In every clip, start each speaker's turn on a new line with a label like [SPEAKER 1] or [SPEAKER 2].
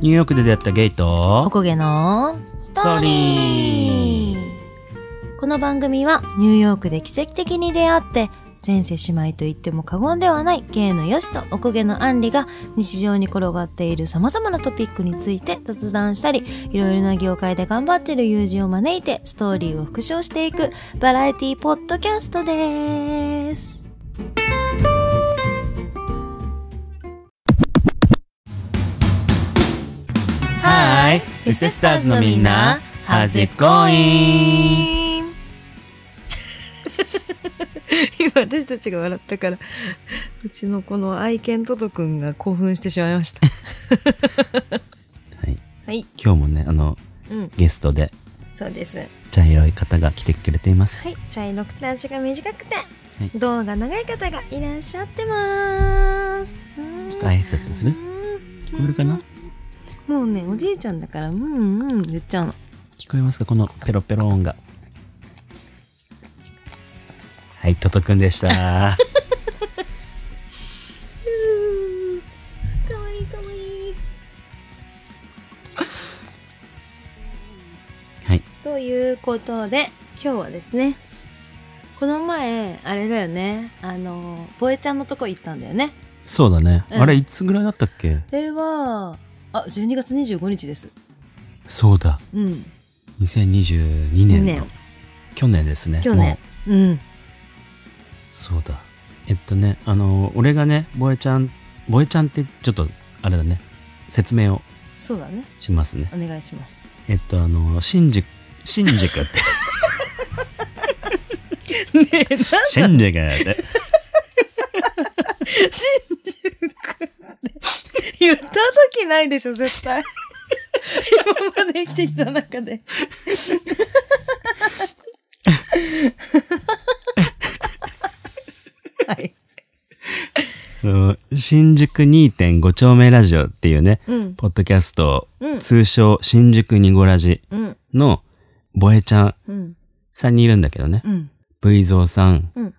[SPEAKER 1] ニューヨークで出会ったゲイ
[SPEAKER 2] お
[SPEAKER 1] と、
[SPEAKER 2] こげのストーリーこの番組はニューヨークで奇跡的に出会って前世姉妹と言っても過言ではない芸のよしとおこげのあんりが日常に転がっている様々なトピックについて雑談したりいろいろな業界で頑張っている友人を招いてストーリーを復唱していくバラエティポッドキャストです
[SPEAKER 1] はーい、セスターズのみんな、How's it going?
[SPEAKER 2] 今私たちが笑ったからうちのこの愛犬トトくんが興奮してしまいました
[SPEAKER 1] はい、
[SPEAKER 2] はい
[SPEAKER 1] 今日もね、あの、
[SPEAKER 2] うん
[SPEAKER 1] ゲストで
[SPEAKER 2] そうですは
[SPEAKER 1] 茶色い方が来てくれています。
[SPEAKER 2] い茶色くて足が短くて、
[SPEAKER 1] い
[SPEAKER 2] 胴が長い方がいらっしゃってますうん
[SPEAKER 1] ちょっと挨拶する聞こえるかな
[SPEAKER 2] もうねおじいちゃんだからうんうん言っちゃうの
[SPEAKER 1] 聞こえますかこのペロペロ音が。はい、トトくんで した。
[SPEAKER 2] かわいいかわいい
[SPEAKER 1] はい。
[SPEAKER 2] ということで、今日はですね、この前、あれだよね、あの、ボエちゃんのとこ行ったんだよね。
[SPEAKER 1] そうだね。
[SPEAKER 2] うん
[SPEAKER 1] あれ、いつぐらいだったっけ
[SPEAKER 2] それは、あ、12月25日です。
[SPEAKER 1] そうだ。
[SPEAKER 2] うん。
[SPEAKER 1] 2022
[SPEAKER 2] 2
[SPEAKER 1] 年の。
[SPEAKER 2] 年。
[SPEAKER 1] 去年ですね。
[SPEAKER 2] 去
[SPEAKER 1] もう
[SPEAKER 2] 年。うん。
[SPEAKER 1] そうだ。えっとね、あの、俺がね、ボエちゃん、ボエちゃんってちょっと、あれだね、説明を
[SPEAKER 2] そうだね。
[SPEAKER 1] しますね。
[SPEAKER 2] お願いし ます。
[SPEAKER 1] えっと、あの、新宿、新宿って、
[SPEAKER 2] ねえ、なん
[SPEAKER 1] 新宿って、
[SPEAKER 2] 新宿って言った時ないでしょ、絶対。今まで生きてきた中で。はい。
[SPEAKER 1] あの新宿2.5丁目ラジオっていうね、
[SPEAKER 2] うん。
[SPEAKER 1] ポッドキャスト、
[SPEAKER 2] うん。
[SPEAKER 1] 通称新宿にごラジ
[SPEAKER 2] うん。
[SPEAKER 1] の、ボエちゃん
[SPEAKER 2] うん。
[SPEAKER 1] 3人いるんだけどね
[SPEAKER 2] う、ん。
[SPEAKER 1] V ゾウさん、
[SPEAKER 2] うん。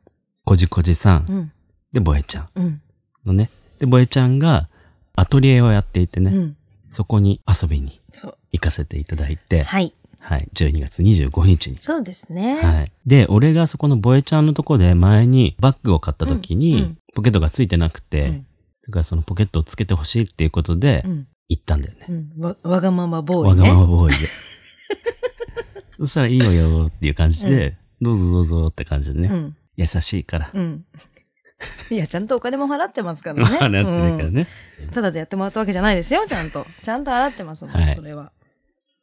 [SPEAKER 1] こじこじさん、
[SPEAKER 2] うん。
[SPEAKER 1] で、ボエちゃん
[SPEAKER 2] うん。
[SPEAKER 1] のね。で、ボエちゃんがアトリエをやっていてね、
[SPEAKER 2] うん。
[SPEAKER 1] そこに遊びに
[SPEAKER 2] そ。
[SPEAKER 1] 行かせていただいうて、
[SPEAKER 2] はい。
[SPEAKER 1] はい。12月25日に。
[SPEAKER 2] そうですね。
[SPEAKER 1] はい。で、俺がそこのボエちゃんのとこで前にバッグを買った時
[SPEAKER 2] うんう
[SPEAKER 1] に
[SPEAKER 2] ん、
[SPEAKER 1] ポケットがついてなくて、
[SPEAKER 2] うん
[SPEAKER 1] だからそのポケットをつけてほしいっていうことで
[SPEAKER 2] う、ん。
[SPEAKER 1] 行ったんだよね。
[SPEAKER 2] うん。わ、わがままボー
[SPEAKER 1] わ
[SPEAKER 2] イね。
[SPEAKER 1] がままボー イで。そしたらいいよよっていう感じで、どうぞどうぞって感じでね。
[SPEAKER 2] うん。
[SPEAKER 1] 優しいから。
[SPEAKER 2] うん。いや、ちゃんとお金も払ってますから
[SPEAKER 1] ま
[SPEAKER 2] ね。
[SPEAKER 1] あなって るからね。
[SPEAKER 2] うんただでやってもらったわけじゃないですよ、ちゃんと。ちゃんと払ってますもん、
[SPEAKER 1] はい
[SPEAKER 2] それは。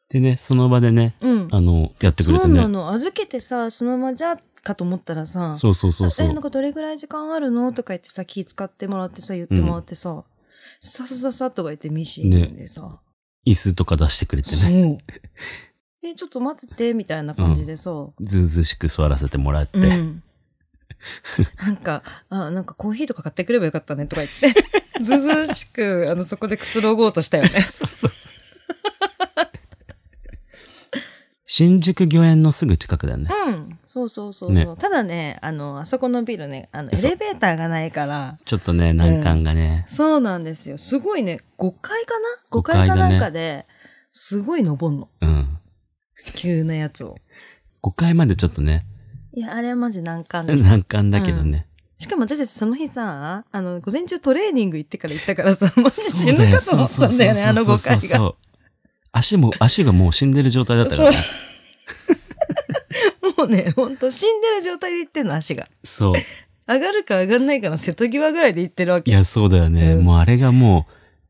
[SPEAKER 1] でね、その場でね、
[SPEAKER 2] うん。
[SPEAKER 1] あの、やってくれ
[SPEAKER 2] そ
[SPEAKER 1] た
[SPEAKER 2] うな
[SPEAKER 1] ね。
[SPEAKER 2] の。預けてさ、そのままじゃ、かと思ったらさ、
[SPEAKER 1] そうそうそうそ
[SPEAKER 2] え、なん
[SPEAKER 1] う。
[SPEAKER 2] かどれぐらい時間あるのとか言ってさ、気使ってもらってさ、言ってもらってさ、ささささっとか言ってミシンでさ、
[SPEAKER 1] 椅子とか出してくれてね。
[SPEAKER 2] そう。で、ちょっと待ってて、みたいな感じでさ、
[SPEAKER 1] ずうずうしく座らせてもらって。
[SPEAKER 2] うん。なんか、あ、なんかコーヒーとか買ってくればよかったねとか言 って、ずうずうしく、あの、そこでくつろごうとしたよね。
[SPEAKER 1] そうそうそう新宿御苑のすぐ近くだよね。
[SPEAKER 2] うん。そうそうそうそう、ただね、あの、あそこのビルね、あの、エ
[SPEAKER 1] そう
[SPEAKER 2] レベーターがないから、
[SPEAKER 1] ちょっとね、難関がね。
[SPEAKER 2] そうなんですよ。すごいね、5階かな ?5
[SPEAKER 1] 5階
[SPEAKER 2] 階
[SPEAKER 1] だ
[SPEAKER 2] か
[SPEAKER 1] ね
[SPEAKER 2] なんかで、すごい登んの。
[SPEAKER 1] うん。
[SPEAKER 2] 急なやつを。
[SPEAKER 1] 5階までちょっとね、
[SPEAKER 2] いや、あれはマジ難関 でした。
[SPEAKER 1] 難関だけどね。
[SPEAKER 2] しかも私たちその日さ、あの、午前中トレーニング行ってから行った からさ、マジ 死ぬ
[SPEAKER 1] だ
[SPEAKER 2] かと思ったんだよね、あの5階が。
[SPEAKER 1] う。足も、足がもう死んでる状態だったからね。
[SPEAKER 2] もうね、ほんと死んでる状態で行ってんの、足が。
[SPEAKER 1] そう。
[SPEAKER 2] 上がるか上がんないかの瀬戸際ぐらいで行ってるわけ。
[SPEAKER 1] いや、そうだよね。
[SPEAKER 2] うん
[SPEAKER 1] もうあれがも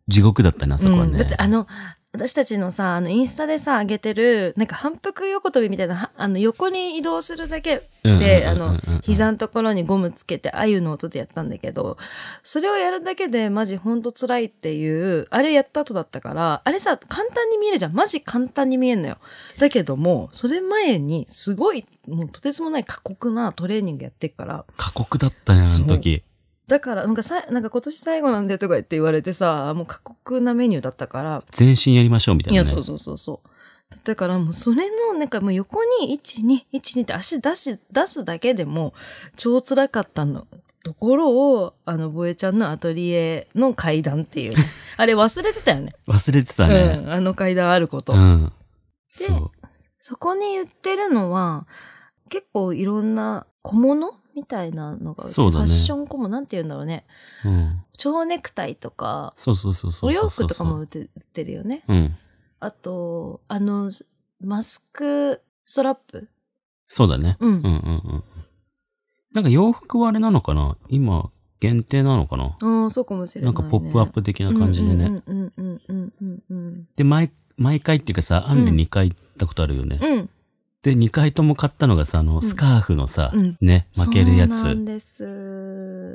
[SPEAKER 1] う、地獄だったな、そこは
[SPEAKER 2] うん。だって
[SPEAKER 1] ね。
[SPEAKER 2] あの、私たちのさ、あの、インスタでさ、上げてる、なんか反復横跳びみたいな、はあの、横に移動するだけ
[SPEAKER 1] うんうんうんうんうん
[SPEAKER 2] で、あの、膝のところにゴムつけて、あゆの音でやったんだけど、それをやるだけで、マジほんと辛いっていう、あれやった後だったから、あれさ、簡単に見えるじゃん。マジ簡単に見えんのよ。だけども、それ前に、すごい、もうとてつもない過酷なトレーニングやってっから、
[SPEAKER 1] 過酷だったね、あの時。
[SPEAKER 2] だから、なんかさ、なんか今年最後なんでとか言って言われてさ、もう過酷なメニューだったから、
[SPEAKER 1] 全身やりましょう、みたい
[SPEAKER 2] い
[SPEAKER 1] な
[SPEAKER 2] や、
[SPEAKER 1] ね。
[SPEAKER 2] そうそうそうそう。だからもうそれの、なんかもう横に1、2、1、2って足出し、出すだけでも、超辛かったの。ところを、あの、ボエちゃんのアトリエの階段っ ていう。あれ忘れてたよね。
[SPEAKER 1] 忘れてたね。
[SPEAKER 2] うん。あの階段あること。
[SPEAKER 1] うん。そう。
[SPEAKER 2] そこに言ってるのは、結構いろんな小物みたいなのが売って、
[SPEAKER 1] そうだね
[SPEAKER 2] ファッション小物なんて言うんだろうね。
[SPEAKER 1] うん。
[SPEAKER 2] 蝶ネクタイとか、
[SPEAKER 1] そうそうそうそうそう。
[SPEAKER 2] お洋服とかも売って売ってるよね。
[SPEAKER 1] うん。
[SPEAKER 2] あと、あの、マスク、ストラップ。
[SPEAKER 1] そうだね。
[SPEAKER 2] うん
[SPEAKER 1] うんうんうん。なんか洋服はあれなのかな今、限定なのかな
[SPEAKER 2] うん、そうかもしれ
[SPEAKER 1] な
[SPEAKER 2] ない、
[SPEAKER 1] んか
[SPEAKER 2] ね。
[SPEAKER 1] ポップアップ的な感じでね。。
[SPEAKER 2] うんうんうんうんうん
[SPEAKER 1] で、毎、毎回っていうかさ、アンリ
[SPEAKER 2] うん
[SPEAKER 1] 2回行ったことあるよね。
[SPEAKER 2] うん。うん。
[SPEAKER 1] で、2回とも買ったのがさ、あの、
[SPEAKER 2] ん
[SPEAKER 1] スカーフのさ、
[SPEAKER 2] うん
[SPEAKER 1] ね、巻けるや
[SPEAKER 2] そうな
[SPEAKER 1] つ
[SPEAKER 2] ん。です。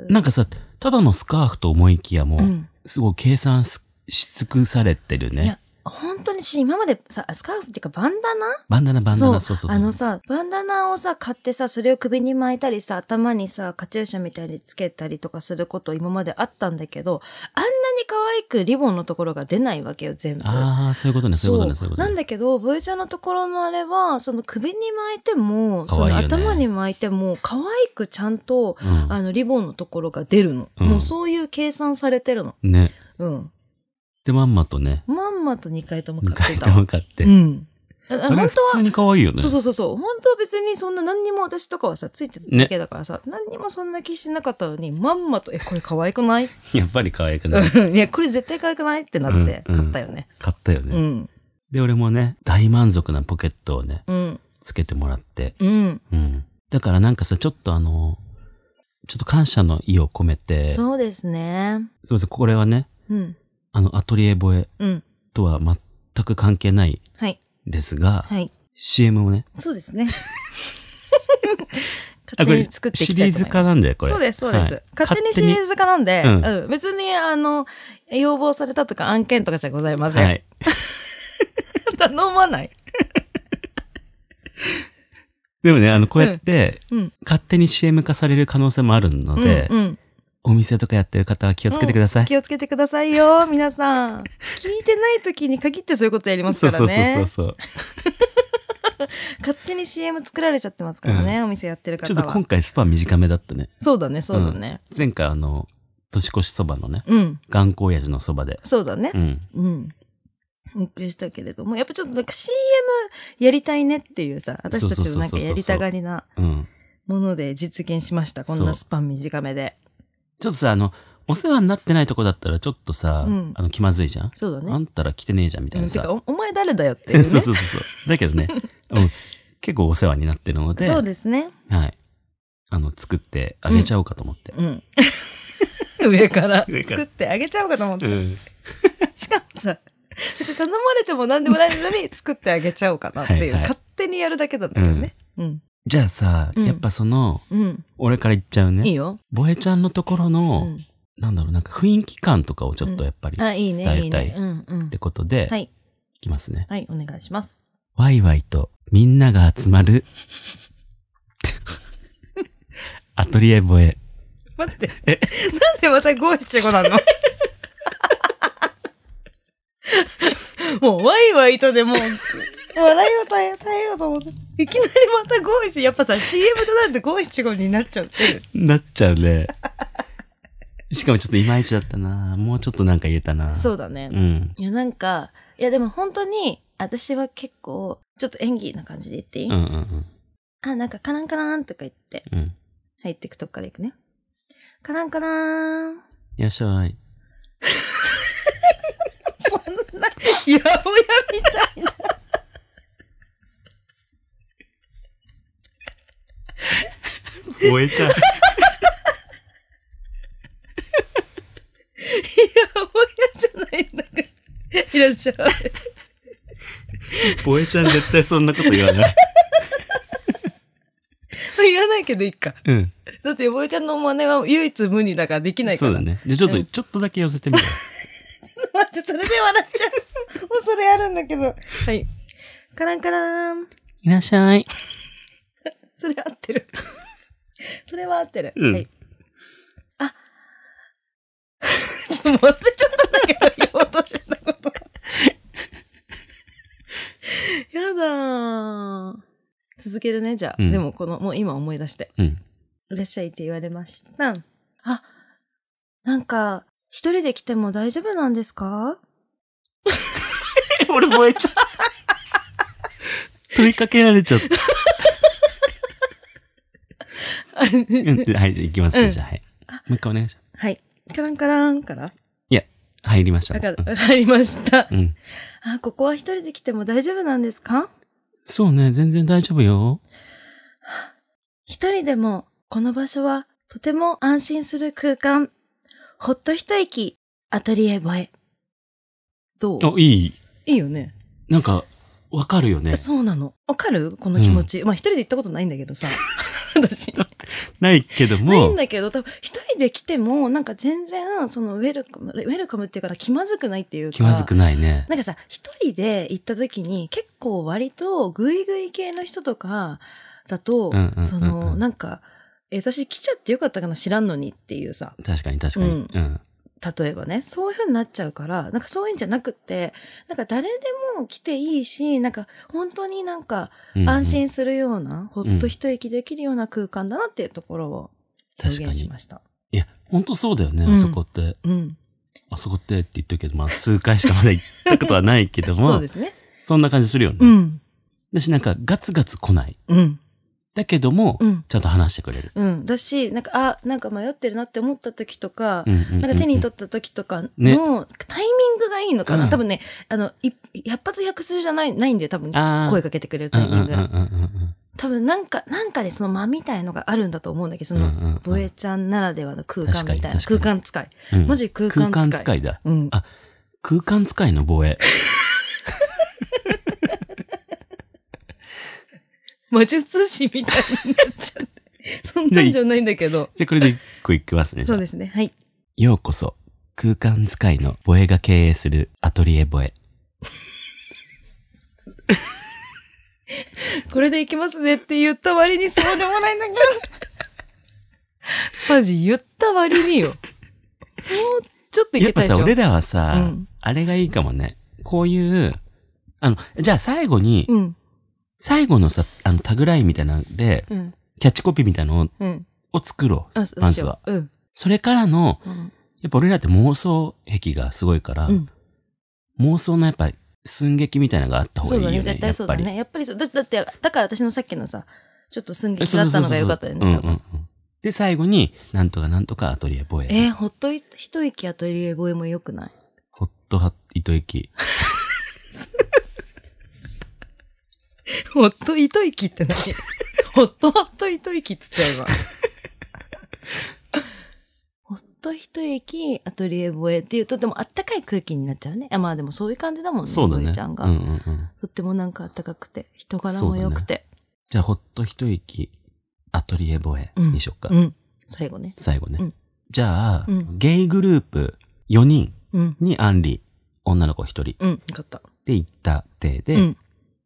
[SPEAKER 1] なんかさ、ただのスカーフと思いきやもう、
[SPEAKER 2] うん
[SPEAKER 1] すごい計算すし尽くされてる
[SPEAKER 2] い
[SPEAKER 1] ね
[SPEAKER 2] や。本当にし、今までさ、スカーフっていうかバンダナ
[SPEAKER 1] バンダナバンダナ、そうそうそう。
[SPEAKER 2] あのさ、バンダナをさ、買ってさ、それを首に巻いたりさ、頭にさ、カチューシャみたいにつけたりとかすること今まであったんだけど、あんなに可愛くリボンのところが出ないわけよ、全部。
[SPEAKER 1] ああ、そういうことね、そういうことね、そういうことね。
[SPEAKER 2] なんだけど、ボイちゃんのところのあれは、その首に巻いても、
[SPEAKER 1] 可愛い
[SPEAKER 2] そ
[SPEAKER 1] よ
[SPEAKER 2] の
[SPEAKER 1] ね
[SPEAKER 2] 頭に巻いても、可愛くちゃんと、
[SPEAKER 1] うん
[SPEAKER 2] あの、リボンのところが出るの。
[SPEAKER 1] うん
[SPEAKER 2] もうそういう計算されてるの。
[SPEAKER 1] ね。
[SPEAKER 2] うん。
[SPEAKER 1] で、まんまとね、
[SPEAKER 2] まんまと2回とも
[SPEAKER 1] 2
[SPEAKER 2] 買
[SPEAKER 1] 回
[SPEAKER 2] って
[SPEAKER 1] と
[SPEAKER 2] た。
[SPEAKER 1] も買って
[SPEAKER 2] う。ん。ああ
[SPEAKER 1] あれ
[SPEAKER 2] 本
[SPEAKER 1] 普
[SPEAKER 2] 当は
[SPEAKER 1] 通に可愛いよね。
[SPEAKER 2] そうそうそうそう。本当は別にそんな何にも私とかはさ、ついてただけだからさ、何にもそんな気してなかったのに、まんまと、え、これ可愛くない
[SPEAKER 1] やっぱり可愛くない。
[SPEAKER 2] いや、これ絶対可愛くないってなって、
[SPEAKER 1] うんうん
[SPEAKER 2] 買ったよね。
[SPEAKER 1] 買ったよ
[SPEAKER 2] う
[SPEAKER 1] ね、
[SPEAKER 2] ん。
[SPEAKER 1] で、俺もね、大満足なポケットをね、
[SPEAKER 2] うん。
[SPEAKER 1] つけてもらって。
[SPEAKER 2] うん。
[SPEAKER 1] うん。だからなんかさ、ちょっとあの、ちょっと感謝の意を込めて、すい
[SPEAKER 2] そうですね。
[SPEAKER 1] ません、これはね、
[SPEAKER 2] うん。
[SPEAKER 1] あの、アトリエボエ
[SPEAKER 2] うん。
[SPEAKER 1] とは全く関係ない
[SPEAKER 2] はい。
[SPEAKER 1] ですが、
[SPEAKER 2] はい。
[SPEAKER 1] CM をね、
[SPEAKER 2] そうです ね。
[SPEAKER 1] あ
[SPEAKER 2] 勝
[SPEAKER 1] こ
[SPEAKER 2] 手
[SPEAKER 1] れ
[SPEAKER 2] に作ってい
[SPEAKER 1] シ
[SPEAKER 2] きた
[SPEAKER 1] リー
[SPEAKER 2] いと思います
[SPEAKER 1] ズ化なんだよ、これ。
[SPEAKER 2] そうです、そうです。
[SPEAKER 1] はい
[SPEAKER 2] 勝手にシリーズ化なんで、
[SPEAKER 1] 勝手
[SPEAKER 2] うん、別に、あの、要望されたとか案件とかじゃございません。
[SPEAKER 1] はい。
[SPEAKER 2] 頼まない。
[SPEAKER 1] でもね、あの、こうやって、
[SPEAKER 2] うん。
[SPEAKER 1] 勝手に CM 化される可能性もあるので、
[SPEAKER 2] うんうん
[SPEAKER 1] お店とかやってる方は気をつけてください。
[SPEAKER 2] 気をつけてくださいよ、皆さん。聞いてない時に限ってそういうことやります
[SPEAKER 1] そう
[SPEAKER 2] か
[SPEAKER 1] そ
[SPEAKER 2] ら
[SPEAKER 1] うそうそ
[SPEAKER 2] ね
[SPEAKER 1] う。そう。
[SPEAKER 2] 勝手に CM 作られちゃってますからね、お店やってる
[SPEAKER 1] ちょ
[SPEAKER 2] 方
[SPEAKER 1] っと
[SPEAKER 2] は
[SPEAKER 1] 今。回スパン短めだったね。
[SPEAKER 2] そうだね、そうだね。
[SPEAKER 1] 前回あの、年越しそばのね、
[SPEAKER 2] うん、
[SPEAKER 1] 頑固親父のそばで。
[SPEAKER 2] そうだね
[SPEAKER 1] う。ん。
[SPEAKER 2] うん。びっくりしたけれども、やっぱちょっとなんか CM やりたいねっていうさ、私たちのなんかやりたがりな
[SPEAKER 1] うん。
[SPEAKER 2] もので実現しました。こん
[SPEAKER 1] そ
[SPEAKER 2] な
[SPEAKER 1] う
[SPEAKER 2] スパン短めで。
[SPEAKER 1] ちょっとさ、あの、お世話になってないとこだったらちょっとさ、
[SPEAKER 2] うん
[SPEAKER 1] あの、気まずいじゃん、
[SPEAKER 2] そうだね。
[SPEAKER 1] あんたら来てねえじゃんみたい
[SPEAKER 2] うん
[SPEAKER 1] な
[SPEAKER 2] て
[SPEAKER 1] さ。
[SPEAKER 2] かお、お前誰だよっていうね。
[SPEAKER 1] そうそうそうそう。だけど ね、うん。結構お世話になってるので、
[SPEAKER 2] そうですね。
[SPEAKER 1] はい。あの、作ってあげちゃおうかと思って。
[SPEAKER 2] うん。上から
[SPEAKER 1] 上から
[SPEAKER 2] 作ってあげちゃおうかと思って。
[SPEAKER 1] うん
[SPEAKER 2] しかもさ、別に頼まれても何でもないのに 作ってあげちゃおうかなっていう、
[SPEAKER 1] はいはい
[SPEAKER 2] 勝手にやるだけなんだけどね。うん。
[SPEAKER 1] じゃあさ、
[SPEAKER 2] うん
[SPEAKER 1] やっぱその、
[SPEAKER 2] うん。
[SPEAKER 1] 俺から言っちゃう
[SPEAKER 2] いい
[SPEAKER 1] ね。
[SPEAKER 2] よ。
[SPEAKER 1] ボエちゃんのところ
[SPEAKER 2] う
[SPEAKER 1] の、
[SPEAKER 2] ん。
[SPEAKER 1] なんだろう、なんか雰囲気感とかをちょっとやっぱり
[SPEAKER 2] あ、
[SPEAKER 1] 伝
[SPEAKER 2] いい
[SPEAKER 1] え
[SPEAKER 2] ね、いい
[SPEAKER 1] たい
[SPEAKER 2] ね。
[SPEAKER 1] っ
[SPEAKER 2] うんうん
[SPEAKER 1] て。ことで、、
[SPEAKER 2] はいい。
[SPEAKER 1] きますね。
[SPEAKER 2] はい、お願いします。
[SPEAKER 1] ワイワイとみんなが集ま るアトリエボエ。
[SPEAKER 2] 待って。なんでまた五七五なのもう、ワイワイとでもう、笑いを耐え、耐えようと思って。いきなりまた五七、やっぱさ、CM となると五七五になっちゃってる。
[SPEAKER 1] なっちゃうね。しかもちょっといまいちだったな。もうちょっとなんか言えたな。。
[SPEAKER 2] そううだね。
[SPEAKER 1] うん。
[SPEAKER 2] いや、なんか、いや、でも本当に、私は結構、ちょっと演技な感じで言っていい、
[SPEAKER 1] うんうんうん。
[SPEAKER 2] あ、なんか、カランカランとか言って、
[SPEAKER 1] うん。よ
[SPEAKER 2] 入ってくとこから行くね。カランカラーン。
[SPEAKER 1] っしゃい。
[SPEAKER 2] そんな、やぼやみたいな。
[SPEAKER 1] ボエちゃん。
[SPEAKER 2] やぼやじゃないんだから。いらっしゃい。
[SPEAKER 1] ボエちゃん絶対そんなこと言わない。
[SPEAKER 2] 言わないけどいいか。
[SPEAKER 1] うん。
[SPEAKER 2] だって、ぼえちゃんの真似は唯一無二だからできないか
[SPEAKER 1] そ
[SPEAKER 2] ら。
[SPEAKER 1] うだ。ね。じゃあちょっと、
[SPEAKER 2] うん
[SPEAKER 1] ちょっとだけ寄せてみる。
[SPEAKER 2] 待って、それで笑っちゃ う。もうそれあるんだけど。はい。カランカラーン。
[SPEAKER 1] いらっしゃい。
[SPEAKER 2] それ合ってる。 それは合ってる。
[SPEAKER 1] うん
[SPEAKER 2] はい。あ。 ちょっと忘れちゃったんだけど、言おうとしてた こと。やだー。続けるね、じゃあ。
[SPEAKER 1] うん
[SPEAKER 2] でも、この、もう今思い出して。
[SPEAKER 1] うん。
[SPEAKER 2] いらっしゃいって言われました。あ、なんか、一人で来ても大丈夫なんですか
[SPEAKER 1] 俺燃えちゃう。問いかけられちゃ った。うんはい、じゃあ行きます
[SPEAKER 2] うん
[SPEAKER 1] ね。じゃあ、はい。もう一回お願いします。
[SPEAKER 2] はい。カランカランから。
[SPEAKER 1] 入りました。
[SPEAKER 2] わかわかりました。
[SPEAKER 1] うんうん。
[SPEAKER 2] あ、ここは一人で来ても大丈夫なんですか
[SPEAKER 1] そうね、全然大丈夫よ。
[SPEAKER 2] 一人でも、この場所はとても安心する空間。ほっと一息、アトリエボエ。どう
[SPEAKER 1] お、いい。
[SPEAKER 2] いいよね。
[SPEAKER 1] なんか、わかるよね。
[SPEAKER 2] そうなの。わかるこの気持ち。まあ一人で行ったことないんだけどさ。私。
[SPEAKER 1] ないけど
[SPEAKER 2] ない
[SPEAKER 1] も
[SPEAKER 2] ん、だけど、多分一人で来ても、なんか全然、そのウェルカム、ウェルカムっていうか気まずくないっていうか。
[SPEAKER 1] 気まずくないね。
[SPEAKER 2] なんかさ、一人で行った時に結構割とグイグイ系の人とかだと、
[SPEAKER 1] うんうんうんうん
[SPEAKER 2] その、なんか、え、私来ちゃってよかったかな知らんのにっていうさ、
[SPEAKER 1] 確かに確かに。
[SPEAKER 2] う
[SPEAKER 1] うんん。
[SPEAKER 2] 例えばね、そういう風になっちゃうから、なんかそういうんじゃなくって、なんか誰でも来ていいし、なんか本当になんか
[SPEAKER 1] うんうん
[SPEAKER 2] 安。心するような、ほっと一息できるような空間だなっていうところを表
[SPEAKER 1] 確かに
[SPEAKER 2] 現しました。
[SPEAKER 1] いや、ほんとそうだよね、
[SPEAKER 2] うん
[SPEAKER 1] あそこって。
[SPEAKER 2] うん。
[SPEAKER 1] あそこってって言ってるけど、まあ、数回しかまだ行ったことはないけども、
[SPEAKER 2] そうですね。
[SPEAKER 1] そんな感じするよね。
[SPEAKER 2] うん。
[SPEAKER 1] だし、なんか、ガツガツ来ない。
[SPEAKER 2] うん。
[SPEAKER 1] だけども、
[SPEAKER 2] うん。
[SPEAKER 1] ちゃんと話してくれる。
[SPEAKER 2] うん。だし、なんか、あ、なんか迷ってるなって思った時とか、
[SPEAKER 1] うんうんうん
[SPEAKER 2] なんか手に取った時とか
[SPEAKER 1] ね
[SPEAKER 2] のタイミングがいいのかな、
[SPEAKER 1] うん
[SPEAKER 2] 多分ね、あの、い百発百中じゃない、ないんで多分
[SPEAKER 1] あー
[SPEAKER 2] 声かけてくれるタイ
[SPEAKER 1] う
[SPEAKER 2] ミング
[SPEAKER 1] んうん
[SPEAKER 2] が。
[SPEAKER 1] うんうん
[SPEAKER 2] 多分なんか、なんかでその間みたいのがあるんだと思うんだけど、そ
[SPEAKER 1] うんう
[SPEAKER 2] の、
[SPEAKER 1] んうん。
[SPEAKER 2] ボエちゃんならではの空間みたいな。
[SPEAKER 1] 確か
[SPEAKER 2] 空
[SPEAKER 1] に確かに
[SPEAKER 2] 間使い。
[SPEAKER 1] うん
[SPEAKER 2] マジ空間使い
[SPEAKER 1] 空間使いだ。
[SPEAKER 2] うん。
[SPEAKER 1] あ空間使いの防衛。
[SPEAKER 2] 魔術師みたいになっちゃって。そんなんじゃないんだけど。
[SPEAKER 1] じゃあこれで一個いきますね。
[SPEAKER 2] そう
[SPEAKER 1] じゃ
[SPEAKER 2] ですね。はい。
[SPEAKER 1] あようこそ、空間使いのボエが経営するアトリエボエ。
[SPEAKER 2] これでいきますねって言った割にそうでもないんだけど。 マジ言った割によ。もうちょっとい
[SPEAKER 1] やっ
[SPEAKER 2] けた
[SPEAKER 1] ぱ
[SPEAKER 2] でしょ。
[SPEAKER 1] さ、俺らはさ、
[SPEAKER 2] うん
[SPEAKER 1] あれがいいかもね。こういう、あの、じゃあ最後に、
[SPEAKER 2] うん。
[SPEAKER 1] 最後のさ、あの、タグラインみたいなので、
[SPEAKER 2] うん。
[SPEAKER 1] キャッチコピーみたいなの
[SPEAKER 2] うん。
[SPEAKER 1] を作ろう。
[SPEAKER 2] あ、そう
[SPEAKER 1] ま
[SPEAKER 2] し
[SPEAKER 1] ず
[SPEAKER 2] よ
[SPEAKER 1] は。
[SPEAKER 2] う。うん。
[SPEAKER 1] それからの、
[SPEAKER 2] うん。
[SPEAKER 1] やっぱ俺らって妄想癖がすごいから、
[SPEAKER 2] うん
[SPEAKER 1] 妄想のやっぱ寸劇みたいなのがあった方が
[SPEAKER 2] そ
[SPEAKER 1] いいうよ
[SPEAKER 2] だ
[SPEAKER 1] ね。
[SPEAKER 2] ね。絶対そうだ
[SPEAKER 1] やっぱり。
[SPEAKER 2] ね。やっぱりそう。だだって、だから私のさっきのさ、ちょっと寸劇だったのが良かったよ
[SPEAKER 1] そう
[SPEAKER 2] ね。
[SPEAKER 1] そ
[SPEAKER 2] 多
[SPEAKER 1] うそうそううんう
[SPEAKER 2] 分
[SPEAKER 1] んうん。で、最後に、なんとかなんとかアトリエボエ。
[SPEAKER 2] えー、ほっとい一息やと入れ声も良くない
[SPEAKER 1] ホットハット糸 駅。
[SPEAKER 2] ほっと一息って 何ほっとほっと一息っつったよ、今。ほっと一息、アトリエボエっていうと、でもあったかい空気になっちゃうね。あまあでもそういう感じだもんね。
[SPEAKER 1] そうだ
[SPEAKER 2] ボ
[SPEAKER 1] ね。
[SPEAKER 2] エちゃんが、
[SPEAKER 1] うんうんうん。
[SPEAKER 2] とってもなんかあったかくて、人柄も良くて。
[SPEAKER 1] じゃあ、ホット一息、アトリエボエにしよっか。
[SPEAKER 2] うん。最後ね。
[SPEAKER 1] 最後ね。
[SPEAKER 2] うん
[SPEAKER 1] じゃあ、
[SPEAKER 2] うん
[SPEAKER 1] ゲイグループ4人
[SPEAKER 2] うん。
[SPEAKER 1] にアンリ、女の子1人で
[SPEAKER 2] うん。よかった。
[SPEAKER 1] 行った体で、
[SPEAKER 2] う
[SPEAKER 1] 今
[SPEAKER 2] ん。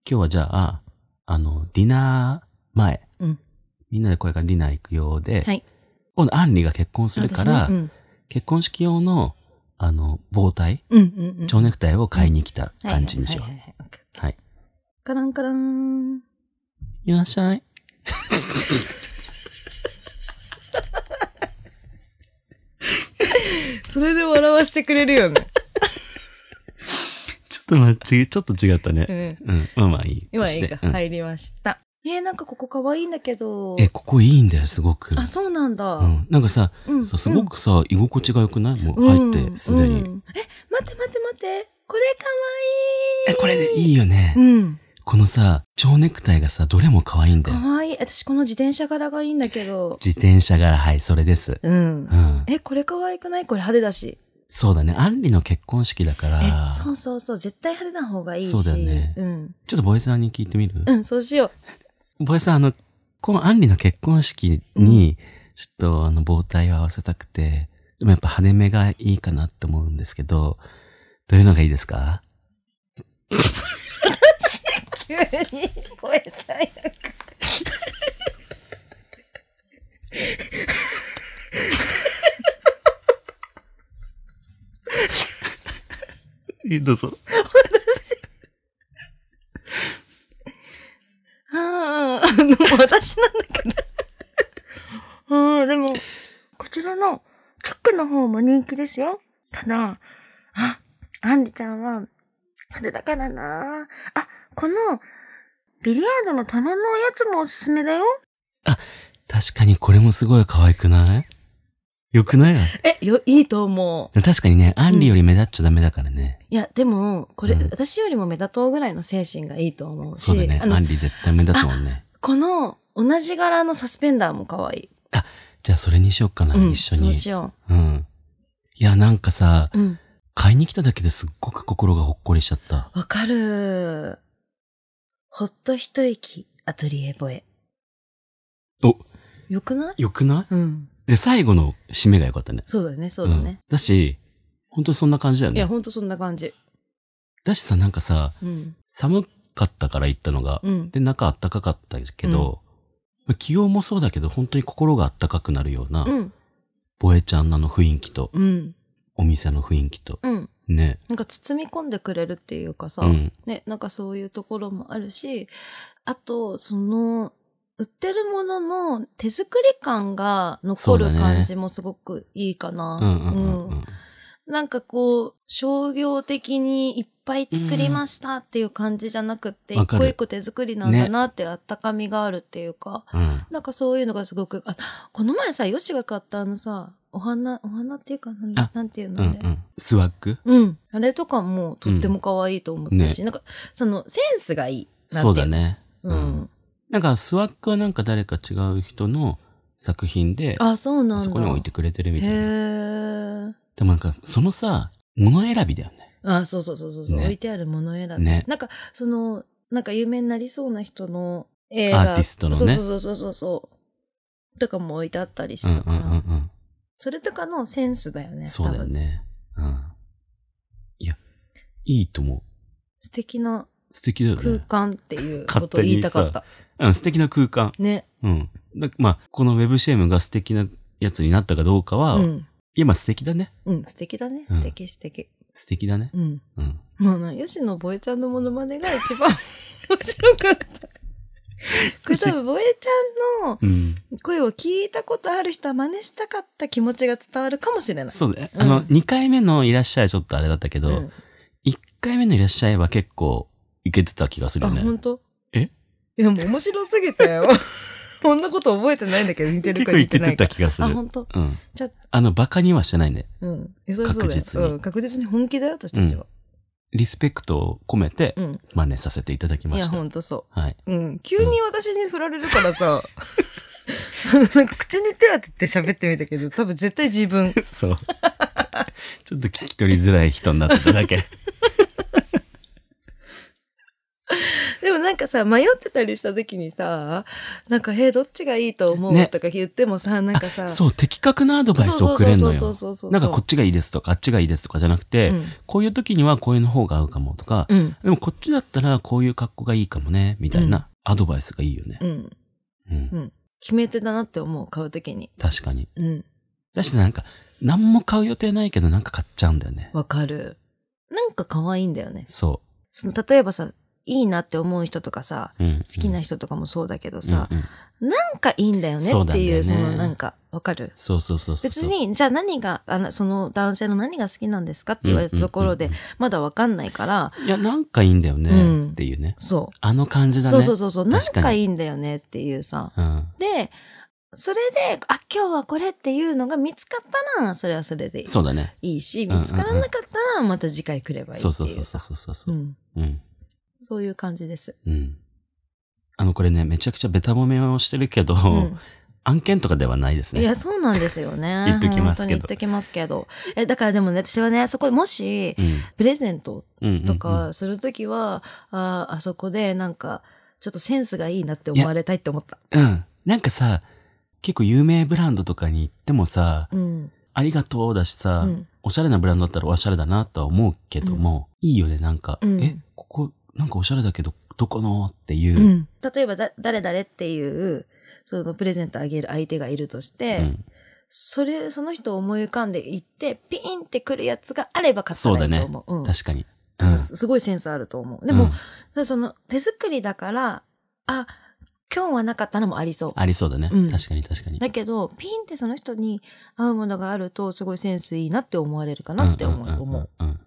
[SPEAKER 1] 日はじゃあ、あの、ディナー前、
[SPEAKER 2] うん
[SPEAKER 1] みんなでこれからディナー行くようで、
[SPEAKER 2] はい
[SPEAKER 1] 今度アンリが結婚するから、
[SPEAKER 2] 私ね
[SPEAKER 1] 結婚式用の、あの、棒体、
[SPEAKER 2] うん。うんうんうん。
[SPEAKER 1] 蝶ネクタイを買いに来た感じにしよ。
[SPEAKER 2] はいうはいはいはいオッケーオッケー
[SPEAKER 1] はい。
[SPEAKER 2] カランカラン。
[SPEAKER 1] いらっしゃい。
[SPEAKER 2] それで笑わしてくれるよね。
[SPEAKER 1] ちょっと待って、ちょっと違った
[SPEAKER 2] う
[SPEAKER 1] ね。
[SPEAKER 2] ん。
[SPEAKER 1] うん。まあまあいい。
[SPEAKER 2] 今いい
[SPEAKER 1] そ
[SPEAKER 2] か
[SPEAKER 1] し。てうん
[SPEAKER 2] 入りました。えー、なんかここ可愛いんだけど。
[SPEAKER 1] え、ここいいんだよ、すごく。
[SPEAKER 2] あ、そうなんだ。
[SPEAKER 1] うん。なんかさ、
[SPEAKER 2] うん
[SPEAKER 1] さすごくさ、居心地が良くないもう
[SPEAKER 2] うん
[SPEAKER 1] 入って、すでに。
[SPEAKER 2] うんえ、待って待って待って。これ可愛い
[SPEAKER 1] え、これでいいよね。
[SPEAKER 2] うん。
[SPEAKER 1] このさ、蝶ネクタイがさ、どれも可愛いんだよ。
[SPEAKER 2] 可愛い私この自転車柄がいいんだけど。
[SPEAKER 1] 自転車柄、はい、それです。
[SPEAKER 2] うん
[SPEAKER 1] う。ん。
[SPEAKER 2] え、これ可愛くないこれ派手だし。
[SPEAKER 1] そうだね。アンリの結婚式だか
[SPEAKER 2] え
[SPEAKER 1] ら、、ち
[SPEAKER 2] そ
[SPEAKER 1] ょ
[SPEAKER 2] うそうそう。絶対派手な方がいいし。
[SPEAKER 1] そうだよね
[SPEAKER 2] うん。
[SPEAKER 1] っとボイさんに聞いてみる、
[SPEAKER 2] うん、そうしよ
[SPEAKER 1] ボイさん、あの、このアンリの結婚式に、ちょっとあの、棒体を合わせたくて、でもやっぱ派手めがいいかなって思うんですけど、どういうのがいいですか
[SPEAKER 2] う。急に声ちゃいなく。
[SPEAKER 1] どうぞ。
[SPEAKER 2] あ ーあの、私なんだけど。うん、でも、こちらのクの方も人気ですよ。ただ、あ、アンリちゃんは、あれだからなあ、この、ビリヤードの球のやつもおすすめだよ。
[SPEAKER 1] 確かにこれもすごい可愛くないよくない
[SPEAKER 2] え、よ、いいと思う。
[SPEAKER 1] 確かにね、アンリより目立っちゃダメだからね。
[SPEAKER 2] いや、でも、これ、
[SPEAKER 1] うん
[SPEAKER 2] 私よりも目立とうぐらいの精神がいいと思うし、
[SPEAKER 1] そうだね。
[SPEAKER 2] あの
[SPEAKER 1] ア、ンリ絶対目立つもんね。
[SPEAKER 2] この、同じ柄のサスペンダーも可愛い。
[SPEAKER 1] じゃあそれにしようかな、
[SPEAKER 2] うん、
[SPEAKER 1] 一緒
[SPEAKER 2] そ
[SPEAKER 1] に
[SPEAKER 2] う。しよ
[SPEAKER 1] うん。いや、なんかさ、
[SPEAKER 2] う。うん。
[SPEAKER 1] 買いに来ただけですっごく心がほっこりしちゃった。
[SPEAKER 2] わかる。ほっと一息、アトリエボエ。
[SPEAKER 1] お、
[SPEAKER 2] よくない
[SPEAKER 1] よくない
[SPEAKER 2] うん。
[SPEAKER 1] で、最後の締めがよかったね。
[SPEAKER 2] そうだね、そうだね。
[SPEAKER 1] んだし、本当にそんな感じだよ
[SPEAKER 2] いや、
[SPEAKER 1] ね。
[SPEAKER 2] ほんとそんな感じ。
[SPEAKER 1] だしさ、なんかさ、
[SPEAKER 2] うん。
[SPEAKER 1] 寒かったから行ったのが、
[SPEAKER 2] うん。
[SPEAKER 1] で、中あったかかったけど、気温もそうだけど、本当に心があったかくなるような、
[SPEAKER 2] うん。
[SPEAKER 1] ボエちゃんのあの雰囲気と、
[SPEAKER 2] うん。
[SPEAKER 1] お店の雰囲気と、
[SPEAKER 2] うん。
[SPEAKER 1] ね。
[SPEAKER 2] なんか包み込んでくれるっていうかさ、
[SPEAKER 1] うん。
[SPEAKER 2] ね、なんかそういうところもあるし、あと、その、売ってるものの手作り感が残
[SPEAKER 1] そうだ
[SPEAKER 2] る
[SPEAKER 1] ね
[SPEAKER 2] 感じもすごくいいかな。
[SPEAKER 1] うんうんうんう
[SPEAKER 2] うん
[SPEAKER 1] ん。
[SPEAKER 2] なんかこう、商業的にいっぱい作りましたっていう感じじゃなくって、
[SPEAKER 1] わ
[SPEAKER 2] 一
[SPEAKER 1] か
[SPEAKER 2] 個
[SPEAKER 1] る
[SPEAKER 2] 一個手作りなんだなっていうあったかみがあるっていうか、
[SPEAKER 1] うん。
[SPEAKER 2] なんかそういうのがすごく、あ、この前さ、ヨシが買ったあのさ、お花、お花っていうか、なん
[SPEAKER 1] あ
[SPEAKER 2] なんていうの
[SPEAKER 1] う
[SPEAKER 2] あ
[SPEAKER 1] ん
[SPEAKER 2] れ、
[SPEAKER 1] うん。スワッグ
[SPEAKER 2] うん。あれとかもとっても可愛いと思ったし、なんか、その、センスがいいなってい
[SPEAKER 1] そうだ。ね。う
[SPEAKER 2] う
[SPEAKER 1] ん
[SPEAKER 2] ん。。
[SPEAKER 1] なんか、スワッグはなんか誰か違う人の作品で、
[SPEAKER 2] あ、そうなんだ。
[SPEAKER 1] そこに置いてくれてるみたい
[SPEAKER 2] へ
[SPEAKER 1] な。
[SPEAKER 2] ー。
[SPEAKER 1] でもなんか、そのさ、物選びだよね。
[SPEAKER 2] あ、そうそうそうそうそう、
[SPEAKER 1] ね
[SPEAKER 2] 置いてあるもの選び。
[SPEAKER 1] ね
[SPEAKER 2] なんか、その、なんか有名になりそうな人の映画。
[SPEAKER 1] アーティストのね
[SPEAKER 2] そうそうそうそうそう。とかも置いてあったりし
[SPEAKER 1] うんう
[SPEAKER 2] た
[SPEAKER 1] んう
[SPEAKER 2] から。
[SPEAKER 1] ん
[SPEAKER 2] それとかのセンスだよ
[SPEAKER 1] う
[SPEAKER 2] ね。
[SPEAKER 1] ん。そうだよね。うん。いや、いいと思
[SPEAKER 2] 多分。素敵な
[SPEAKER 1] う。素敵だよ
[SPEAKER 2] 空
[SPEAKER 1] ね。
[SPEAKER 2] 間っていうこ
[SPEAKER 1] 勝
[SPEAKER 2] とを
[SPEAKER 1] 手に
[SPEAKER 2] 言いたかった。
[SPEAKER 1] うん、素敵な空間。
[SPEAKER 2] ね。
[SPEAKER 1] うん。だまあ、この WebCM が素敵なやつになったかどうかは、
[SPEAKER 2] うん。
[SPEAKER 1] 今素敵だね。
[SPEAKER 2] うん、素敵だね。
[SPEAKER 1] うん
[SPEAKER 2] 素敵素敵。
[SPEAKER 1] 素敵だね。
[SPEAKER 2] うん。
[SPEAKER 1] うん。
[SPEAKER 2] もうな、吉野ボエちゃんのモノマネが一番 面白かった。これ多分、ボエちゃんの
[SPEAKER 1] うん。
[SPEAKER 2] 声を聞いたことある人は真似したかった気持ちが伝わるかもしれない。
[SPEAKER 1] そうだね。
[SPEAKER 2] うん
[SPEAKER 1] あの、2回目のいらっしゃいちょっとあれだったけど、
[SPEAKER 2] うん
[SPEAKER 1] 1回目のいらっしゃいは結構いけてた気がする
[SPEAKER 2] あ、
[SPEAKER 1] よね。
[SPEAKER 2] 本当
[SPEAKER 1] え
[SPEAKER 2] いや、もう面白すぎて、 こんなこと覚えてないんだけど、似て
[SPEAKER 1] 結
[SPEAKER 2] るか
[SPEAKER 1] 構
[SPEAKER 2] 似
[SPEAKER 1] いけ
[SPEAKER 2] てな
[SPEAKER 1] て
[SPEAKER 2] いか。
[SPEAKER 1] た気がす
[SPEAKER 2] あ、
[SPEAKER 1] る。
[SPEAKER 2] 本当
[SPEAKER 1] うん。
[SPEAKER 2] じゃ
[SPEAKER 1] あの、バカにはしてないね。
[SPEAKER 2] うん。えそれはそうだよ
[SPEAKER 1] 確実に
[SPEAKER 2] うん。確実に本気だよ、私たちは。
[SPEAKER 1] リスペクトを込めて
[SPEAKER 2] うん。
[SPEAKER 1] 真似させていただきま
[SPEAKER 2] いや、
[SPEAKER 1] した。
[SPEAKER 2] 本当そ
[SPEAKER 1] はい。
[SPEAKER 2] う。うん。急に私に振られるからさ、なんか 口に手当てて喋ってみたけど、多分絶対自分。
[SPEAKER 1] そう。 ちょっと聞き取りづらい人になってただけ。
[SPEAKER 2] でもなんかさ、迷ってたりした時にさ、なんか、え、どっちがいいと思う
[SPEAKER 1] ね
[SPEAKER 2] とか言ってもさ、なんかさ、
[SPEAKER 1] そう、的確なアドバイスをくれるのよ。
[SPEAKER 2] そうそう
[SPEAKER 1] なんかこっちがいいですとか、あっちがいいですとかじゃなくて、
[SPEAKER 2] うん
[SPEAKER 1] こういう時にはこういうの方が合うかもとか、
[SPEAKER 2] うん。
[SPEAKER 1] でもこっちだったらこういう格好がいいかもね、みたいなアドバイスがいいよね。
[SPEAKER 2] うん。
[SPEAKER 1] うん。
[SPEAKER 2] 決め手だなって思う、買う時に。
[SPEAKER 1] 確かに。
[SPEAKER 2] うん。
[SPEAKER 1] だしなんか、何も買う予定ないけどなんか買っちゃうんだよね。
[SPEAKER 2] わかる。なんか可愛いんだよね。
[SPEAKER 1] そ
[SPEAKER 2] その、例えばさ、いいなって思う人とかさ、
[SPEAKER 1] う。うん、
[SPEAKER 2] 好きな
[SPEAKER 1] 人
[SPEAKER 2] 人とかもそうだけどさ、
[SPEAKER 1] うんうん
[SPEAKER 2] なんかいいんだよね
[SPEAKER 1] そうな
[SPEAKER 2] っ
[SPEAKER 1] んだ
[SPEAKER 2] て
[SPEAKER 1] よ
[SPEAKER 2] いう、
[SPEAKER 1] ね
[SPEAKER 2] そのなんか、わかる
[SPEAKER 1] そうそうそうそう。
[SPEAKER 2] 別に、じゃあ何が、あの、その男性の何が好きなんですかって言われたところで
[SPEAKER 1] うんうん、
[SPEAKER 2] まだわかんないから、
[SPEAKER 1] いや、なんかいいんだよ
[SPEAKER 2] うん
[SPEAKER 1] ね。っていうね。
[SPEAKER 2] そ
[SPEAKER 1] あの感
[SPEAKER 2] う。
[SPEAKER 1] じだね。
[SPEAKER 2] そうそうそうそう、なん
[SPEAKER 1] 確かに
[SPEAKER 2] かいいんだよねっていうさ。
[SPEAKER 1] うん。
[SPEAKER 2] で、それで、あ、今日はこれっていうのが見つかったら、それはそれでいい
[SPEAKER 1] そうだね。
[SPEAKER 2] いいし、
[SPEAKER 1] んうんうん
[SPEAKER 2] 見つからなかったら、また次回来ればいいって
[SPEAKER 1] そ
[SPEAKER 2] いうう。
[SPEAKER 1] そうそうそうそうそうう。
[SPEAKER 2] ん。
[SPEAKER 1] うん。
[SPEAKER 2] そういう感じです。
[SPEAKER 1] うん。あの、これね、めちゃくちゃベタ褒めをしてるけど、
[SPEAKER 2] うん
[SPEAKER 1] 案件とかではないです
[SPEAKER 2] い
[SPEAKER 1] ね。
[SPEAKER 2] や、。そうなんですよ ね
[SPEAKER 1] 言っときますけど
[SPEAKER 2] 本当に言っときますけど。え、だからでもね、私はね、そこ、もし
[SPEAKER 1] う、ん。
[SPEAKER 2] プレゼント
[SPEAKER 1] うんうん。
[SPEAKER 2] とかするときは、あーあそこで、なんか、ちょっとセンスがいいなって思われたいって思った。
[SPEAKER 1] うん。うん。なんかさ、結構有名ブランドとかに行ってもさ、
[SPEAKER 2] うん。
[SPEAKER 1] ありがとうだしさ、
[SPEAKER 2] うん
[SPEAKER 1] おしゃれなブランドだったらおしゃれだなとは思うけども、いいよね、なんか、
[SPEAKER 2] うん
[SPEAKER 1] え、ここ、なんかおしゃれだけど、どこのっていうう。
[SPEAKER 2] ん。例えば、だ、誰々っていう、そのプレゼントあげる相手がいるとし
[SPEAKER 1] う
[SPEAKER 2] て、
[SPEAKER 1] ん
[SPEAKER 2] それ、その人を思い浮かんでいって、ピーンってくるやつがあれば買った
[SPEAKER 1] そう
[SPEAKER 2] らい
[SPEAKER 1] だ
[SPEAKER 2] いと
[SPEAKER 1] ね
[SPEAKER 2] 思う。うん。
[SPEAKER 1] 確かに。うん。
[SPEAKER 2] すすごいセンスあると思う。で
[SPEAKER 1] う
[SPEAKER 2] も
[SPEAKER 1] ん、
[SPEAKER 2] その手作りだから、あ、今日はなかったのもありそう。
[SPEAKER 1] ありそうだね。
[SPEAKER 2] うん
[SPEAKER 1] 確かに確かに。
[SPEAKER 2] だけど、ピンってその人に合うものがあると、すごいセンスいいなって思われるかなって思う。
[SPEAKER 1] んんんん
[SPEAKER 2] 思う。
[SPEAKER 1] うん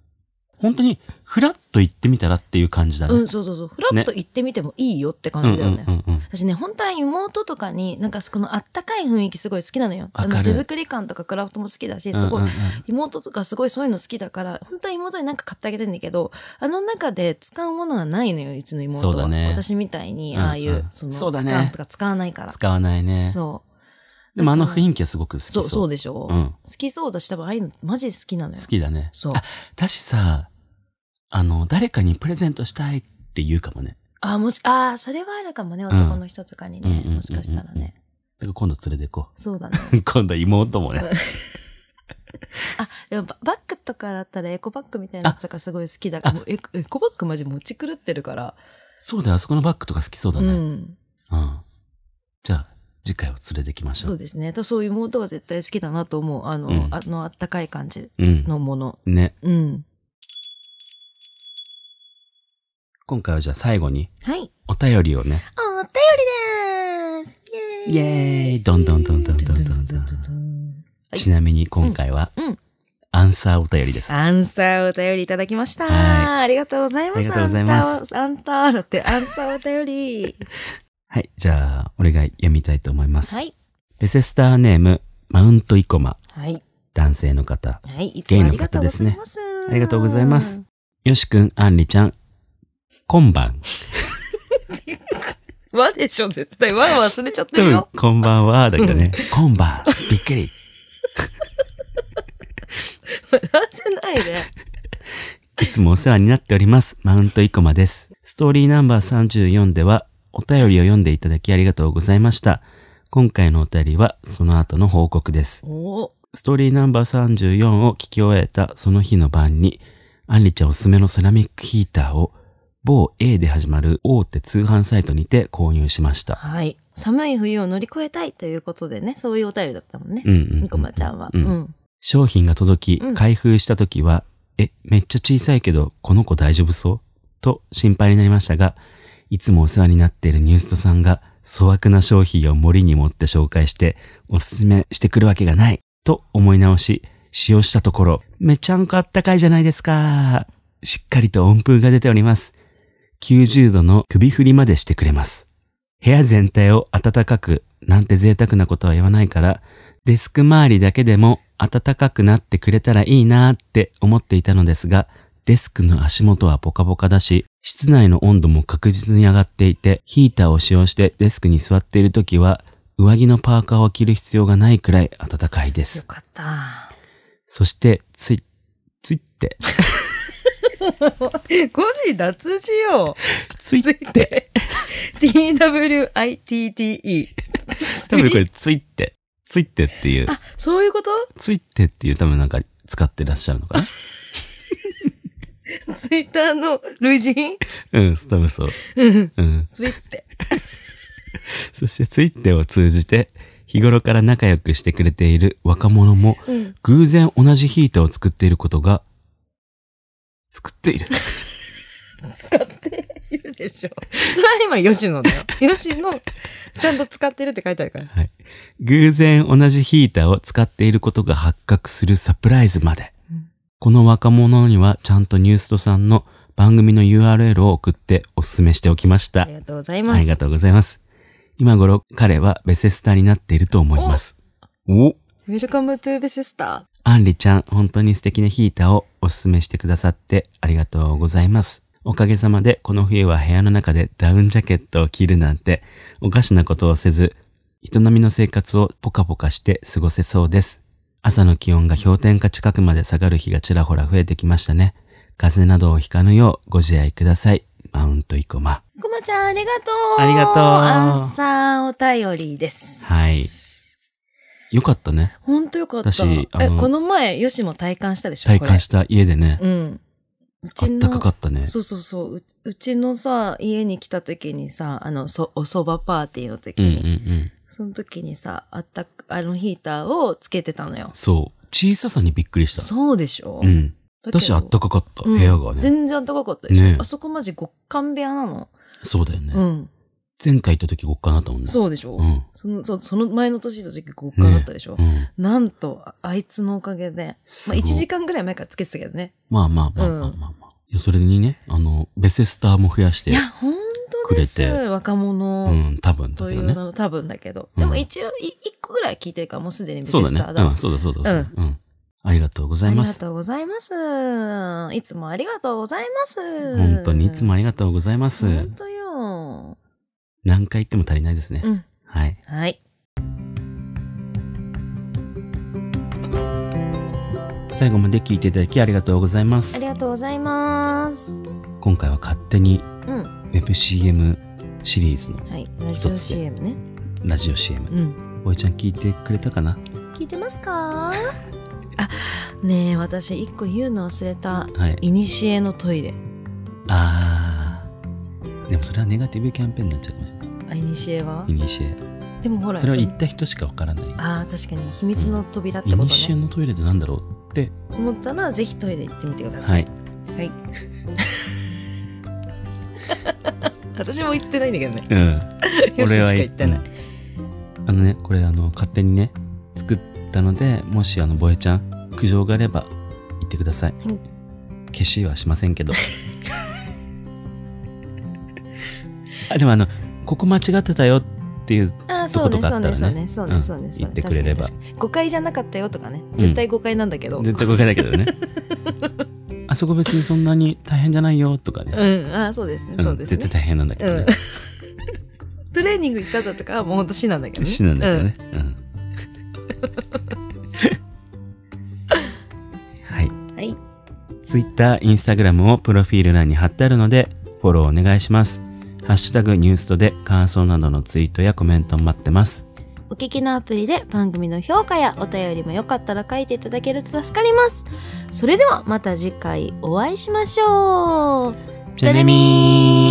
[SPEAKER 1] 本当に、ふらっと行ってみたらっていう感じだね。
[SPEAKER 2] うん、そうそうそう。ふらっと行ってみてもいいよって感じだよね。
[SPEAKER 1] うんうんうんうん
[SPEAKER 2] 私ね、本当は妹とかに、なんかこのあったかい雰囲気すごい好きなのよ。
[SPEAKER 1] わか
[SPEAKER 2] あ
[SPEAKER 1] る
[SPEAKER 2] の手作り感とかクラフトも好きだし、すごい
[SPEAKER 1] うんうんうん
[SPEAKER 2] 妹とかすごいそういうの好きだから、本当は妹になんか買ってあげたいんだけど、あの中で使うものはないのよ、うちの妹は。
[SPEAKER 1] そうだね
[SPEAKER 2] 私みたいに、ああいう、
[SPEAKER 1] うんうん
[SPEAKER 2] その、
[SPEAKER 1] そうだね
[SPEAKER 2] スカーフとか使わないから。
[SPEAKER 1] 使わないね。
[SPEAKER 2] そう。
[SPEAKER 1] でもあの雰囲気はすごく好き
[SPEAKER 2] そう、そう
[SPEAKER 1] う。
[SPEAKER 2] でしょ、
[SPEAKER 1] うん。
[SPEAKER 2] 好きそうだし、多分ああいうのマジで好きなのよ
[SPEAKER 1] 好。きだね。
[SPEAKER 2] そう
[SPEAKER 1] あ。私さ、あの、誰かにプレゼントしたいって言うかもね。
[SPEAKER 2] ああ、もし、ああ、それはあるかもね、男の人とかに
[SPEAKER 1] うんうんう
[SPEAKER 2] ね
[SPEAKER 1] んう、ん
[SPEAKER 2] もしかしたらね。
[SPEAKER 1] だから今度連れて行こ
[SPEAKER 2] そうだね。
[SPEAKER 1] う。 今度は妹もね。
[SPEAKER 2] あ、でもババッグとかだったらエコバッグみたいなやつとかすごい好きだから、もうエコエコバッグマジ持ち狂ってるから。
[SPEAKER 1] そうだよ、あそこのバッグとか好きそうだ
[SPEAKER 2] う
[SPEAKER 1] ね。
[SPEAKER 2] ん。
[SPEAKER 1] うん。じゃあ、次回は連れてきましょ。
[SPEAKER 2] そううですね。とそういう妹が絶対好きだなと思う。あの、
[SPEAKER 1] うん
[SPEAKER 2] あの、あったかい感じ
[SPEAKER 1] うん。
[SPEAKER 2] のもの。
[SPEAKER 1] ね。
[SPEAKER 2] うん。
[SPEAKER 1] 今回はじゃあ最後に、
[SPEAKER 2] はい。
[SPEAKER 1] お便りをね。
[SPEAKER 2] お便りでーすイェーイ
[SPEAKER 1] イェーイどんどんどんどんどんどんどん
[SPEAKER 2] ん。はい
[SPEAKER 1] ちなみに今回は、
[SPEAKER 2] うんうん
[SPEAKER 1] アンサーお便りです。
[SPEAKER 2] アンサーお便りいただきました。
[SPEAKER 1] は
[SPEAKER 2] ありがとうございます。。
[SPEAKER 1] ありがとうございます
[SPEAKER 2] アンター、アンターだって、アンサーお便り。
[SPEAKER 1] はい。じゃあ、俺が読みたいと思います。
[SPEAKER 2] はい。
[SPEAKER 1] ベセスターネーム、マウントイコマ、
[SPEAKER 2] はい。
[SPEAKER 1] 男性の方。
[SPEAKER 2] はい。いつもありがとうござ
[SPEAKER 1] ゲイ
[SPEAKER 2] い
[SPEAKER 1] の
[SPEAKER 2] ます。
[SPEAKER 1] ありがとうございます。よしくん、あんりちゃん、こんばん。
[SPEAKER 2] わでしょ、絶対。わ忘れちゃって
[SPEAKER 1] 多
[SPEAKER 2] る
[SPEAKER 1] 分
[SPEAKER 2] よ。、
[SPEAKER 1] こんばんは、だけどね。こんばん。びっくり。
[SPEAKER 2] 笑わせな いで。
[SPEAKER 1] いつもお世話になっております。マウントイコマです。ストーリーナンバー34では、お便りを読んでいただきありがとうございました。今回のお便りは、その後の報告です。
[SPEAKER 2] おお。
[SPEAKER 1] ストーリーナンバー34を聞き終えたその日の晩に、アンリちゃんおすすめのセラミックヒーターを、某 A で始まる大手通販サイトにて購入しました。
[SPEAKER 2] はい。寒い冬を乗り越えたいということでね、そういうお便りだったもんね。
[SPEAKER 1] うんうんうん、
[SPEAKER 2] ニコマちゃんは。
[SPEAKER 1] う
[SPEAKER 2] うんん。
[SPEAKER 1] 商品が届き
[SPEAKER 2] うん、
[SPEAKER 1] 開封した時は、え、めっちゃ小さいけど、この子大丈夫そうと心配になりましたが、いつもお世話になっているニューストさんが、粗悪な商品を森に持って紹介して、おすすめしてくるわけがないと思い直し、使用したところ、めちゃんこあったかいじゃないですか。しっかりと温風が出ております。90度の首振りまでしてくれます。部屋全体を暖かく、なんて贅沢なことは言わないから、デスク周りだけでも暖かくなってくれたらいいなーって思っていたのですが、デスクの足元はポカポカだし、室内の温度も確実に上がっていて、ヒーターを使用してデスクに座っているときは、上着のパーカーを着る必要がないくらい暖かいで
[SPEAKER 2] よ
[SPEAKER 1] す。
[SPEAKER 2] かった。
[SPEAKER 1] そして、つい、ついって、
[SPEAKER 2] 5時脱しよ
[SPEAKER 1] ついって、
[SPEAKER 2] て。TWITTE。
[SPEAKER 1] 多分これついって、ついってっていう、
[SPEAKER 2] そういうこと
[SPEAKER 1] ついってっていう多分なんか使ってらっしゃるのかな
[SPEAKER 2] ツイッターの類人
[SPEAKER 1] うん、多分そう。うん。
[SPEAKER 2] ツイって。
[SPEAKER 1] そしてツイッターを通じて、日頃から仲良くしてくれている若者も、
[SPEAKER 2] うん。
[SPEAKER 1] 偶然同じヒーターを作っていることが、作って いる。
[SPEAKER 2] 使っているでしょ。それは今、吉野だよ。吉野、ちゃんと使ってるって書いてあるから。
[SPEAKER 1] はい。偶然同じヒーターを使っていることが発覚するサプライズまで。
[SPEAKER 2] うん
[SPEAKER 1] この若者にはちゃんとニューストさんの番組の URL を送ってお勧めしておきまし
[SPEAKER 2] あ
[SPEAKER 1] た
[SPEAKER 2] り。がとうございます。
[SPEAKER 1] ありがとうございます。今頃彼はベセスターになっていると思います。お
[SPEAKER 2] ウェルカムトゥーベセスタ
[SPEAKER 1] アンリちゃん、本当に素敵なヒーターをおすすめしてくださってありがとうございます。おかげさまでこの冬は部屋の中でダウンジャケットを着るなんておかしなことをせず、人並みの生活をポカポカして過ごせそうです。朝の気温が氷点下近くまで下がる日がちらほら増えてきましたね。風邪などをひかぬようご自愛ください。マウントイコマ。
[SPEAKER 2] ー。こまちゃん、ありがとう
[SPEAKER 1] ありがとう
[SPEAKER 2] アンサーお便りです。
[SPEAKER 1] はい。よかったね。
[SPEAKER 2] ほんとよかった。
[SPEAKER 1] 私あ
[SPEAKER 2] え、
[SPEAKER 1] の
[SPEAKER 2] この前、ヨシも体感したでしょ
[SPEAKER 1] 体感した家でね
[SPEAKER 2] こ。れうん。う
[SPEAKER 1] あったかかったね。
[SPEAKER 2] そうそうそうう。うちのさ、家に来た時にさ、あの、そ、お蕎麦パーティーの時
[SPEAKER 1] うんうん
[SPEAKER 2] に、
[SPEAKER 1] うん。
[SPEAKER 2] その時にさ、あったか、あのヒーターをつけてたのよ。
[SPEAKER 1] そう。小ささにびっくりした。
[SPEAKER 2] そうでしょ
[SPEAKER 1] うん。
[SPEAKER 2] だけど
[SPEAKER 1] 私あったかかった、
[SPEAKER 2] うん
[SPEAKER 1] 部屋がね。
[SPEAKER 2] 全然暖かかったでしょ、
[SPEAKER 1] ねえ
[SPEAKER 2] あそこマジ極寒部屋なの。
[SPEAKER 1] そうだよね、
[SPEAKER 2] うん。
[SPEAKER 1] 前回行った時極寒だったもんね。
[SPEAKER 2] そうでしょ、
[SPEAKER 1] うん。
[SPEAKER 2] そのそその前の年行った時極寒だったでしょ、
[SPEAKER 1] うん。
[SPEAKER 2] なんと、ああいつのおかげで、
[SPEAKER 1] す
[SPEAKER 2] ま
[SPEAKER 1] ご
[SPEAKER 2] あ
[SPEAKER 1] い
[SPEAKER 2] 1時間ぐらい前からつけてたけどね。
[SPEAKER 1] まあまあまあまあまあまあ、いやそれにね、あの、ベセスターも増やして
[SPEAKER 2] い、や、本当です。
[SPEAKER 1] くれて
[SPEAKER 2] 若
[SPEAKER 1] う
[SPEAKER 2] 者
[SPEAKER 1] ん、多分だ
[SPEAKER 2] と
[SPEAKER 1] け
[SPEAKER 2] い
[SPEAKER 1] ど
[SPEAKER 2] う名
[SPEAKER 1] ね。
[SPEAKER 2] の、多分だけど。
[SPEAKER 1] うん
[SPEAKER 2] でも一応、い一個ぐらい聞いてるから、もうすでにベ
[SPEAKER 1] そ
[SPEAKER 2] セ
[SPEAKER 1] う
[SPEAKER 2] スタ
[SPEAKER 1] だ
[SPEAKER 2] ー
[SPEAKER 1] ね。
[SPEAKER 2] だ。
[SPEAKER 1] うん、そうだそうだそうだ。
[SPEAKER 2] うん
[SPEAKER 1] うん。ありがとうござ
[SPEAKER 2] あ
[SPEAKER 1] い
[SPEAKER 2] り
[SPEAKER 1] ま
[SPEAKER 2] が
[SPEAKER 1] す。
[SPEAKER 2] とうございます。いつもありがとうございます。
[SPEAKER 1] 本当にいつもありがとうございます。
[SPEAKER 2] 本当よ。
[SPEAKER 1] 何回言っても足りないですね。
[SPEAKER 2] うん。
[SPEAKER 1] はい。
[SPEAKER 2] はい。
[SPEAKER 1] 最後まで聞いていただきありがとうございま
[SPEAKER 2] あ
[SPEAKER 1] す
[SPEAKER 2] り。がとうございます。
[SPEAKER 1] 今回は勝手に
[SPEAKER 2] うん。は
[SPEAKER 1] WebCM シリーズの
[SPEAKER 2] い。ラジオ
[SPEAKER 1] 一つで
[SPEAKER 2] CM ね。
[SPEAKER 1] ラジオ CM。
[SPEAKER 2] うん。
[SPEAKER 1] おいちゃん聞いてくれたかな
[SPEAKER 2] 聞いてま すかあ、ねえ、私一個言うの忘れた。
[SPEAKER 1] はい。
[SPEAKER 2] いにしえのトイレ。
[SPEAKER 1] あー。でもそれはネガティブキャンペーンになっちゃうかもしれない。
[SPEAKER 2] あ、いにしえはい
[SPEAKER 1] にしえ。
[SPEAKER 2] でもほら。
[SPEAKER 1] それは行った人しかわからない。
[SPEAKER 2] ああ、確かに。秘密の扉って
[SPEAKER 1] イ
[SPEAKER 2] こと
[SPEAKER 1] ニシエ
[SPEAKER 2] ね。
[SPEAKER 1] のトイレってなんだろうって、
[SPEAKER 2] 思ったら、ぜひトイレ行ってみてくださ
[SPEAKER 1] はい
[SPEAKER 2] い。。はい。 私も行ってないんだけど ね。
[SPEAKER 1] うん。
[SPEAKER 2] よししか行ってない。
[SPEAKER 1] うんあのね、これあの、勝手にね、作ったので、もしあの、ボエちゃん、苦情があれば、言ってください。
[SPEAKER 2] うん
[SPEAKER 1] 消しはしませんけど。 あ、でもあの、ここ間違ってたよっていう、
[SPEAKER 2] ああ、そうね、
[SPEAKER 1] とこ
[SPEAKER 2] そ
[SPEAKER 1] と
[SPEAKER 2] う
[SPEAKER 1] があ
[SPEAKER 2] ね、
[SPEAKER 1] っ
[SPEAKER 2] そ
[SPEAKER 1] た
[SPEAKER 2] う
[SPEAKER 1] らね
[SPEAKER 2] ね、そう
[SPEAKER 1] う
[SPEAKER 2] ね、
[SPEAKER 1] ん
[SPEAKER 2] そうね、そうね。
[SPEAKER 1] 言ってくれれば
[SPEAKER 2] 確かに。確かに誤解じゃなかったよとかね。絶対誤解なんだけど。うん、
[SPEAKER 1] 絶対誤解だけど ね。あそこ別にそんなに大変じゃないよとかね。
[SPEAKER 2] ああ、そうですね、
[SPEAKER 1] うん
[SPEAKER 2] そうです
[SPEAKER 1] 絶
[SPEAKER 2] ね。
[SPEAKER 1] 対大変なんだけど
[SPEAKER 2] うん
[SPEAKER 1] ね。。
[SPEAKER 2] トレーニング行っただとかはもうほんと死なんだけどね。
[SPEAKER 1] 死なんだけどね。うん。 はい。
[SPEAKER 2] うん。はい。
[SPEAKER 1] Twitter、Instagram をプロフィール欄に貼ってあるので、フォローお願いします。ハッシュタグニュースとで感想などのツイートやコメントを待ってます。
[SPEAKER 2] お聞きのアプリで番組の評価やお便りもよかったら書いていただけると助かります。それではまた次回お会いしましょう。じゃねみー